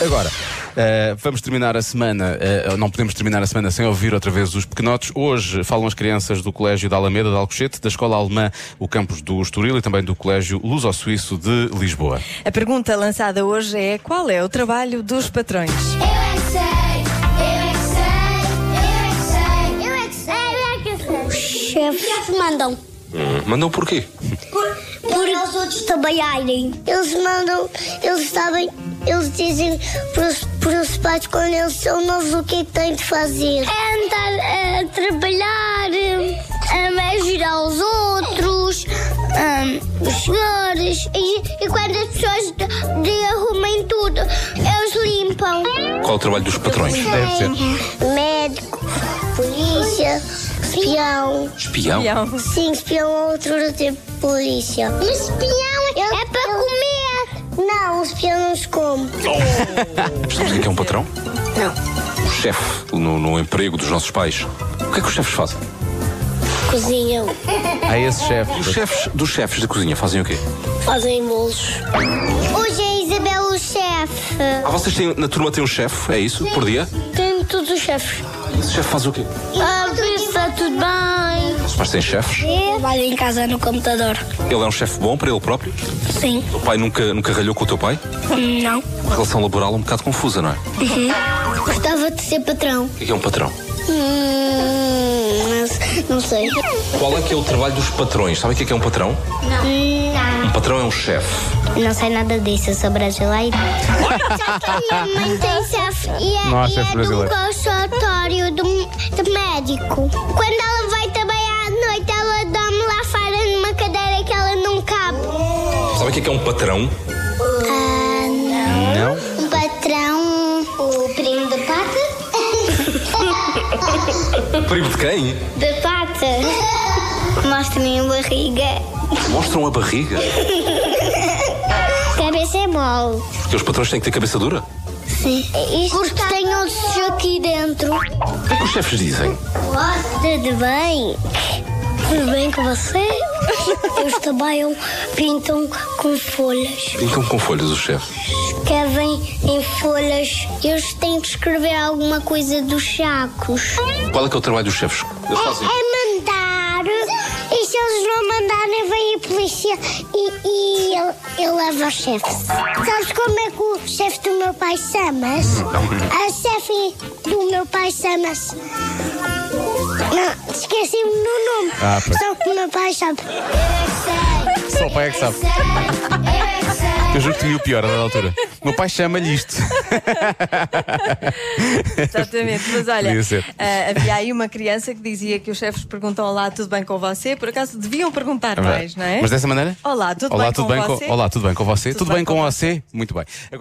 Agora, eh, vamos terminar a semana, eh, não podemos terminar a semana sem ouvir outra vez os pequenotes. Hoje falam as crianças do Colégio da Alameda de Alcochete, da Escola Alemã, o campus do Estoril e também do Colégio Luso-Suíço de Lisboa. A pergunta lançada hoje é: qual é o trabalho dos patrões? Eu é que sei, eu é que sei, eu é que sei, eu é que sei, eu é que sei, eu é que sei. Os chefes mandam Mandam por quê? para os outros trabalharem. Eles mandam, eles sabem, eles dizem para os, para os pais quando eles são novos o que é que têm de fazer. É andar a trabalhar, a ajudar os outros, é, os senhores. E, quando as pessoas derrumem tudo, eles limpam. Qual é o trabalho dos patrões? Deve ser. Médico, polícia, espião. Espião? é um, Sim, espião é outro tipo de polícia. Mas espião é para comer. Não, um espião não se come. Estamos a dizer que é um patrão? Não. Chefe, no, no emprego dos nossos pais. O que é que os chefes fazem? Cozinham, Há esse chefe. Os chefes dos chefes de cozinha fazem o quê? fazem bolos. Hoje é Isabel o chefe. Ah, vocês têm, na turma têm um chefe, é isso? Por dia? Tem todos os chefes. E esse chefe faz o quê? Ah, está tudo bem. Os pais têm chefes. Trabalho em casa no computador. Ele é um chefe bom para ele próprio? Sim. O pai nunca, nunca ralhou com o teu pai? Não. A relação laboral é um bocado confusa, não é? O Gostava de ser patrão. que é que é um patrão? Hum, não sei. Qual é que é o trabalho dos patrões? Sabe o que é que é um patrão? Não. Um patrão é um chefe. Não sei nada disso, eu sou brasileira. Só que a minha mãe tem chefe e é, Não há chefe e é do brasileiro. consultório do, do médico. Quando ela vai trabalhar à noite, ela dorme lá fora numa cadeira que ela não cabe. Sabe o que é que é um patrão? Ah, não. Não? Um patrão, o primo da pata? Primo de quem? da pata. Mostra-me a barriga. Mostram a barriga. Cabeça é mole. Porque os patrões têm que ter cabeça dura. Sim. Porque tem ossos aqui dentro. O que é que os chefes dizem? Tudo bem? Tudo bem com você? Eles trabalham, pintam com folhas. Brincam com folhas os chefes. Escrevem em folhas. Eles têm que escrever alguma coisa dos sacos. Qual é que é o trabalho dos chefes? Eles fazem. é mandar. E se eles não mandarem, vem a polícia e, e eu, eu levo aos chefes. Sabes como é que o chefe do meu pai chama-se? A chefe do meu pai chama-se. Não, esqueci-me do nome. Ah, pois. Só que o meu pai sabe. Só o pai é que sabe. É Eu juro que tinha o pior a dada altura. O meu pai chama-lhe isto. Exatamente, mas olha, Podia ser. ah, havia aí uma criança que dizia que os chefes perguntam: Olá, tudo bem com você? Por acaso deviam perguntar mais, não é? Mas dessa maneira? Olá, tudo Olá, bem tudo com bem você? Olá, tudo bem com você? Tudo, bem, com você? Muito bem. Agora-